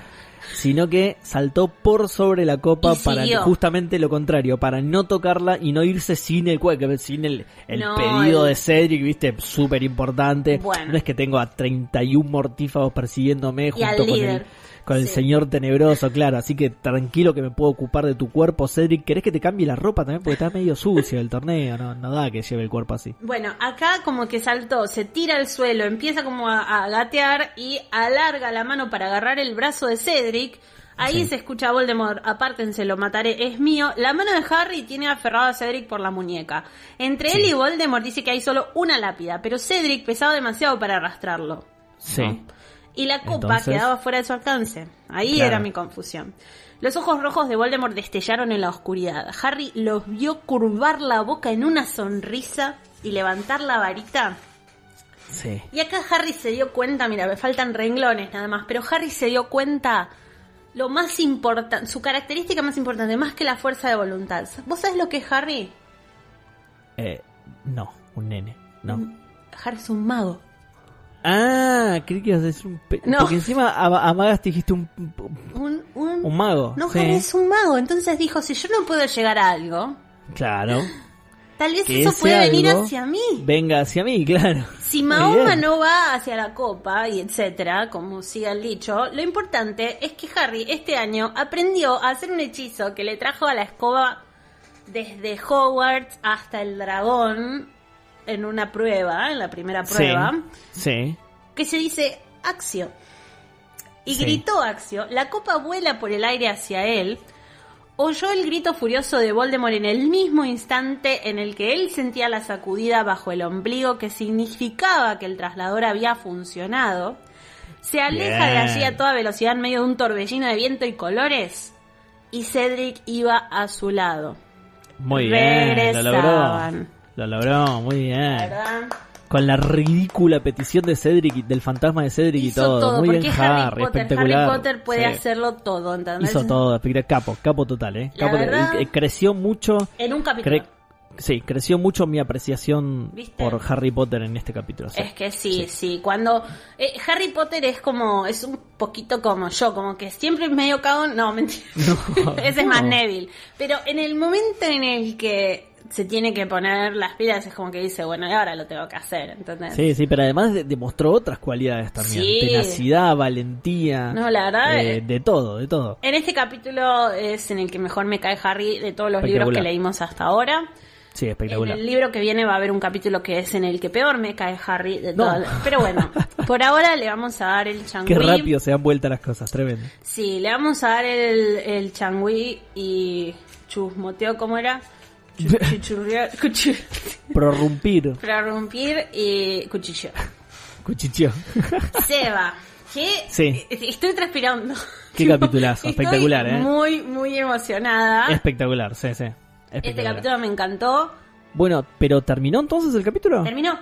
Sino que saltó por sobre la copa Y para siguió. justamente lo contrario, para no tocarla y no irse sin el cuello, sin el, el No, pedido el- de Cedric, viste, súper importante. Bueno. No es que tengo a 31 mortífagos persiguiéndome junto al con líder. el, con el Sí. señor tenebroso, claro. Así que tranquilo que me puedo ocupar de tu cuerpo, Cedric. ¿Querés que te cambie la ropa también? Porque está medio sucio el torneo, no, no da que lleve el cuerpo así. Bueno, acá como que saltó, se tira al suelo, empieza como a, a gatear y alarga la mano para agarrar el brazo de Cedric. Ahí Sí. se escucha a Voldemort, apártense, lo mataré, es mío. La mano de Harry tiene aferrado a Cedric por la muñeca. Entre él y Voldemort dice que hay solo una lápida, pero Cedric pesaba demasiado para arrastrarlo. Sí. Y la copa Entonces- quedaba fuera de su alcance. Ahí Claro. era mi confusión. Los ojos rojos de Voldemort destellaron en la oscuridad. Harry los vio curvar la boca en una sonrisa y levantar la varita. Sí. Y acá Harry se dio cuenta, mira, me faltan renglones nada más, pero Harry se dio cuenta lo más importante, su característica más importante, más que la fuerza de voluntad. ¿Vos sabés lo que es Harry? Eh, no, un nene. Mm. No. Harry es un mago. Ah, creí que ibas a decir un. pe- No. Porque encima a, a Magas te dijiste un, un- Un, un- un mago. No, sí. Harry es un mago. Entonces dijo, si yo no puedo llegar a algo, Claro. Tal vez Que eso ese puede venir algo hacia mí. Venga hacia mí, claro. Si Muy Mahoma bien. no va hacia la copa y etcétera, como siga el dicho, lo importante es que Harry este año aprendió a hacer un hechizo que le trajo a la escoba desde Hogwarts hasta el dragón en una prueba, en la primera prueba, Sí. sí. que se dice Axio. Y Sí. gritó Axio, la copa vuela por el aire hacia él. Oyó el grito furioso de Voldemort en el mismo instante en el que él sentía la sacudida bajo el ombligo que significaba que el traslador había funcionado. Se aleja de Bien. allí a toda velocidad en medio de un torbellino de viento y colores. Y Cedric iba a su lado. Muy bien. Lo Regresaban. logró. Lo logró, muy bien. ¿Verdad? Con la ridícula petición de Cedric, y- del fantasma de Cedric Hizo y todo. Muy porque bien, Harry, Harry, Potter, espectacular. Harry Potter puede Sí. hacerlo todo, ¿entendés? Hizo todo, espectacular. capo, capo total, ¿eh? La Capo total. verdad- Eh, Creció mucho. En un capítulo. cre- Sí, creció mucho mi apreciación ¿Viste? por Harry Potter en este capítulo. sí. Es que sí, sí, cuando eh, Harry Potter es como, es un poquito como yo, como que siempre es medio cago, no, mentira, No, ese es más no. Neville, pero en el momento en el que se tiene que poner las pilas es como que dice, bueno, ahora lo tengo que hacer, ¿entendés? Sí, sí, pero además de- demostró otras cualidades también. Sí. Tenacidad, valentía. No, la verdad, eh, eh, de todo, de todo. En este capítulo es en el que mejor me cae Harry de todos los libros que Espectacular. leímos hasta ahora. Sí, En espectacular. el libro que viene va a haber un capítulo que es en el que peor me cae Harry de No. todo. Pero bueno, por ahora le vamos a dar el changui. Qué rápido se dan vuelta las cosas, tremendo. Sí, le vamos a dar el, el changüí y chusmoteo, ¿cómo era? Chuchurriar, cuchi- Prorrumpir, prorrumpir y cuchillo. cuchicheo. Seba, ¿qué? Sí. Estoy transpirando. Qué capitulazo, Estoy espectacular, ¿eh? Muy, muy emocionada. Espectacular, sí, sí. Ah. Este Espectacular. capítulo me encantó. Bueno, pero ¿terminó entonces el capítulo? ¿Terminó?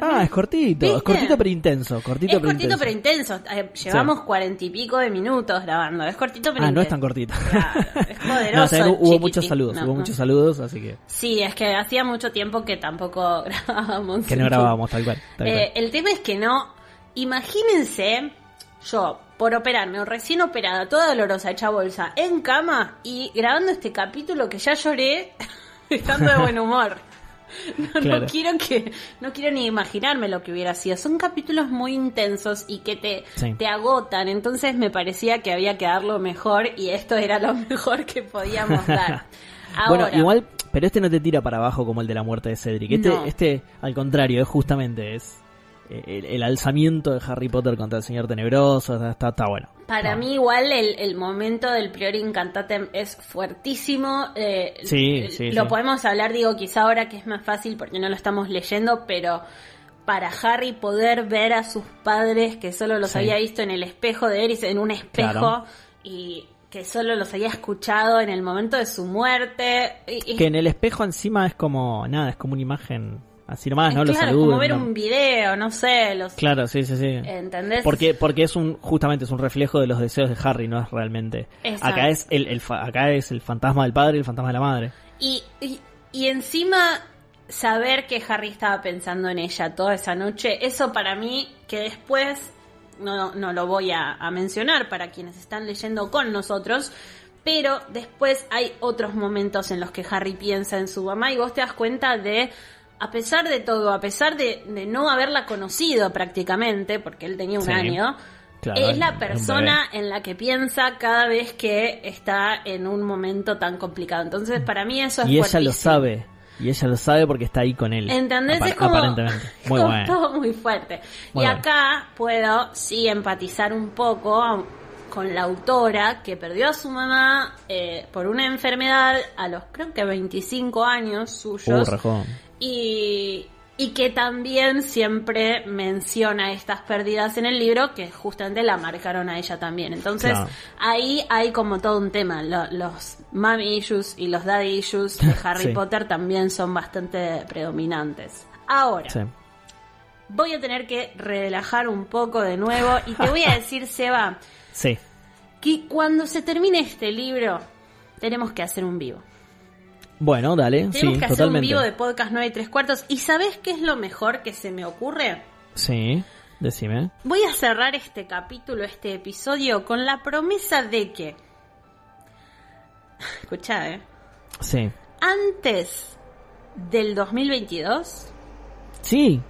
Ah, es cortito, es ¿Viste? cortito pero intenso. Cortito es pero cortito intenso. pero intenso. Eh, Llevamos cuarenta y pico de minutos grabando. Es cortito pero Ah, intenso. no es tan cortito. Claro, es poderoso, No, o sea, hubo chiquitín. muchos saludos, No, hubo no. muchos saludos, así que Sí, es que hacía mucho tiempo que tampoco grabábamos. que no grabábamos tal cual. tal Eh, cual. el tema es que no. Imagínense, yo, por operarme, o recién operada, toda dolorosa, hecha bolsa, en cama y grabando este capítulo que ya lloré, estando de buen humor. No, no Claro. quiero que no quiero ni imaginarme lo que hubiera sido. Son capítulos muy intensos y que te, Sí. te agotan. Entonces me parecía que había que dar lo mejor y esto era lo mejor que podíamos dar. Ahora, Bueno, igual, pero este no te tira para abajo como el de la muerte de Cedric. Este, No. este al contrario, es justamente es eh, el, el alzamiento de Harry Potter contra el Señor Tenebroso, está, está, está bueno. Para mí igual el, el momento del priori incantatem es fuertísimo. eh, Sí, sí, Lo sí. podemos hablar, digo, quizá ahora que es más fácil porque no lo estamos leyendo, pero para Harry poder ver a sus padres que solo los Sí. había visto en el espejo de Eris, en un espejo, Claro. y que solo los había escuchado en el momento de su muerte. y- y- Que en el espejo encima es como, nada, es como una imagen así nomás, ¿no? claro, Los es saludos. como ver ¿no? un video, no sé, los... Claro, sí, sí, sí. ¿Entendés? Porque, porque es un, justamente es un reflejo de los deseos de Harry, no es realmente. Exacto. Acá es el, el fa- acá es el fantasma del padre y el fantasma de la madre. Y, y, y encima saber que Harry estaba pensando en ella toda esa noche, eso para mí que después no, no lo voy a, a mencionar para quienes están leyendo con nosotros, pero después hay otros momentos en los que Harry piensa en su mamá y vos te das cuenta de... A pesar de todo, a pesar de, de no haberla conocido prácticamente, porque él tenía un Sí. año, Claro, es era la un persona en la que piensa cada vez que está en un momento tan complicado. Entonces, para mí eso es Y ella lo fuertísimo. sabe. Y ella lo sabe porque está ahí con él. ¿Entendés? Apar- es como, Aparentemente. es Muy como bueno. todo muy fuerte. Muy y bueno. acá puedo sí empatizar un poco a- con la autora que perdió a su mamá eh, por una enfermedad a los creo que 25 años Uh, suyos. rajón. Y, y que también siempre menciona estas pérdidas en el libro que justamente la marcaron a ella también. Entonces Claro. ahí hay como todo un tema. Lo- los mommy issues y los daddy issues de Harry Sí. Potter también son bastante predominantes. Ahora, Sí. voy a tener que relajar un poco de nuevo y te voy a decir, Seba, Sí. que cuando se termine este libro tenemos que hacer un vivo. Bueno, dale. Tenemos sí, que hacer totalmente. un vivo de podcast 9 y 3 cuartos. ¿Y sabes qué es lo mejor que se me ocurre? Sí. Decime. Voy a cerrar este capítulo, este episodio, con la promesa de que. Escucha, ¿eh? Sí. Antes del 2022, Sí.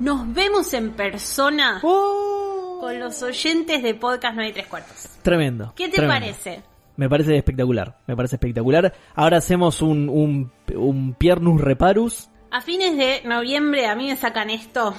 nos vemos en persona Oh. con los oyentes de Podcast 9 y 3 cuartos. Tremendo. ¿Qué te tremendo. parece? Me parece espectacular. Me parece espectacular. Ahora hacemos un, un, un piernus reparus. A fines de noviembre a mí me sacan esto.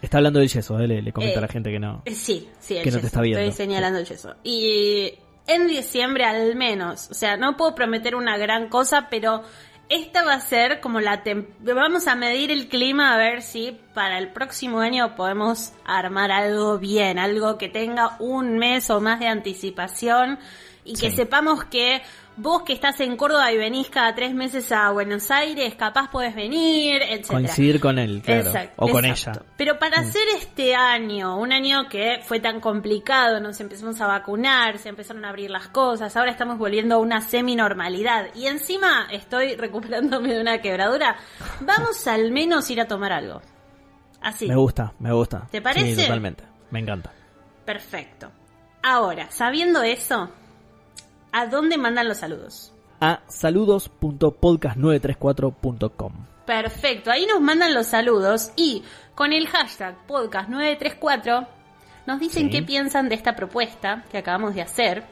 Está hablando del yeso, eh, le, le comento Eh, a la gente que no. Eh, Sí, sí, el Que no te yeso. está viendo. Estoy señalando el yeso. Y en diciembre al menos, o sea, no puedo prometer una gran cosa, pero esta va a ser como la tem- vamos a medir el clima a ver si para el próximo año podemos armar algo bien, algo que tenga un mes o más de anticipación y que Sí. sepamos que Vos que estás en Córdoba y venís cada tres meses a Buenos Aires, capaz podés venir, etc. Coincidir con él, claro. o con ella. Mm. Pero para hacer este año, un año que fue tan complicado, nos empezamos a vacunar, se empezaron a abrir las cosas, ahora estamos volviendo a una semi-normalidad y encima estoy recuperándome de una quebradura, vamos al menos ir a tomar algo. Así. Me gusta, me gusta. ¿Te parece? Sí, totalmente. Me encanta. Perfecto. Ahora, sabiendo eso, ¿a dónde mandan los saludos? A saludos.podcast934.com. Perfecto, ahí nos mandan los saludos y con el hashtag podcast934 nos dicen Sí. qué piensan de esta propuesta que acabamos de hacer.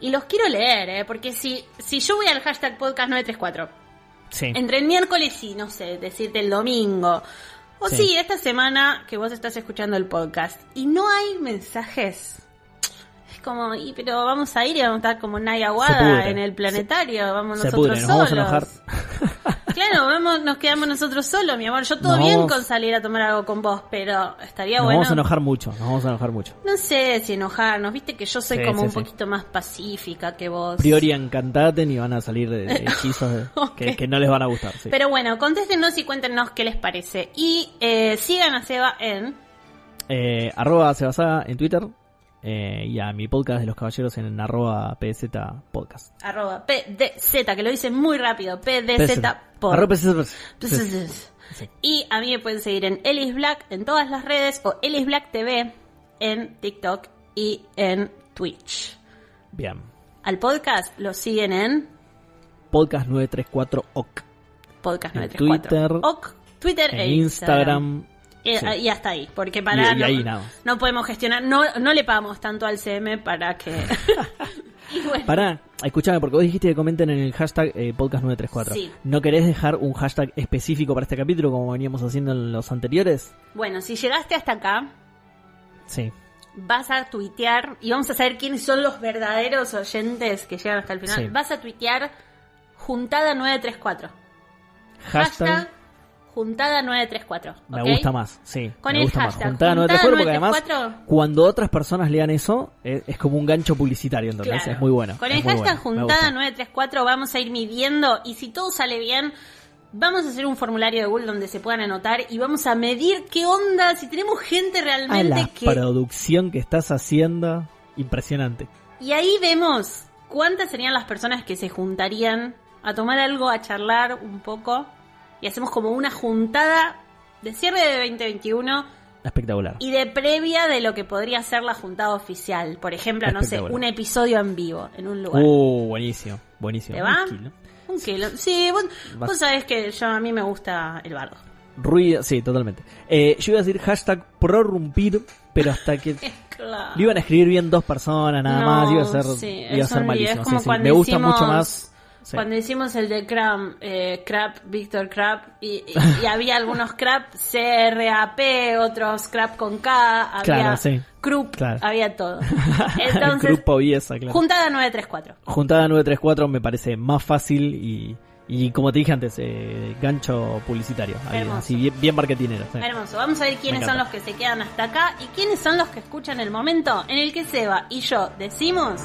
Y los quiero leer, ¿eh? porque si, si yo voy al hashtag podcast934 Sí. entre el miércoles y, no sé, decirte el domingo. O sí. Sí. esta semana que vos estás escuchando el podcast y no hay mensajes. Es como, y pero vamos a ir y vamos a estar como Naya Aguada pudre. en el planetario, vamos Se nosotros pudre, nos solos. vamos a enojar. Claro, vamos, nos quedamos nosotros solos, mi amor. Yo todo Nos bien vamos- con salir a tomar algo con vos, pero estaría Nos bueno. vamos a enojar mucho, nos vamos a enojar mucho. No sé si enojarnos, viste que yo soy Sí, como sí, un sí. poquito más pacífica que vos. Priori encantaten y van a salir de, de hechizos de- Ok. que, que no les van a gustar. sí. Pero bueno, contéstenos y cuéntenos qué les parece. Y eh, sigan a Seba en Eh, arroba Sebasada en Twitter eh, y a mi podcast de los caballeros en arroba PZ Podcast. arroba PDZ, que lo dicen muy rápido, PDZ PZ. por- Arroba PZ. Sí. Sí. Y a mí me pueden seguir en Ellis Black en todas las redes o Ellis Black TV en TikTok y en Twitch. Bien. Al podcast lo siguen en Podcast 934 OC. Podcast En Twitter. 934. Ok, Twitter En e Instagram. Eh, Sí. ah, Y hasta ahí, porque para Y- y no, ahí nada más. no podemos gestionar, no, no le pagamos tanto al CM para que... y bueno, Pará, escúchame, porque vos dijiste que comenten en el hashtag eh, podcast 934. Sí. ¿No querés dejar un hashtag específico para este capítulo como veníamos haciendo en los anteriores? bueno, si llegaste hasta acá, Sí. vas a tuitear y vamos a saber quiénes son los verdaderos oyentes que llegan hasta el final. Sí. Vas a tuitear juntada 934. Hashtag, Hashtag juntada 934. me ¿ok? gusta más. Sí. Con me el gusta hashtag, más. Juntada 934 porque además 934. cuando otras personas lean eso es, es como un gancho publicitario, entonces Claro. es muy bueno. Con es el muy hashtag bueno, me juntada gusta. 934 vamos a ir midiendo y si todo sale bien, vamos a hacer un formulario de Google donde se puedan anotar y vamos a medir qué onda, si tenemos gente A realmente la que... producción que estás haciendo, impresionante. Y ahí vemos cuántas serían las personas que se juntarían a tomar algo, a charlar un poco. Y hacemos como una juntada de cierre de 2021 Espectacular. y de previa de lo que podría ser la juntada oficial. Por ejemplo, no sé, Espectacular. un episodio en vivo en un lugar. Uh, buenísimo, buenísimo. ¿Te va? Un kilo. Un kilo. Sí, vos, Vas- vos sabés que yo, a mí me gusta el bardo. Ruido, sí, totalmente. Eh, yo iba a decir hashtag prorrumpir, pero hasta que Claro. lo iban a escribir bien dos personas nada No, más, iba a ser, sí, iba a es ser un- malísimo. es sí, como sí. cuando Me gusta hicimos- mucho más. sí. Cuando hicimos el de Cram, eh, Crap, Víctor Crap, y, y- y había algunos Crap CRAP, otros Crap con K, había Claro, sí. Krupp, Claro. había todo. El Entonces, grupo y esa, claro. juntada 934. Juntada 934 me parece más fácil y, y como te dije antes, eh, gancho publicitario. Ahí, Hermoso. así, bien, bien marketinero. sí. Hermoso. Vamos a ver quiénes Me son encanta. los que se quedan hasta acá y quiénes son los que escuchan el momento en el que Seba y yo decimos.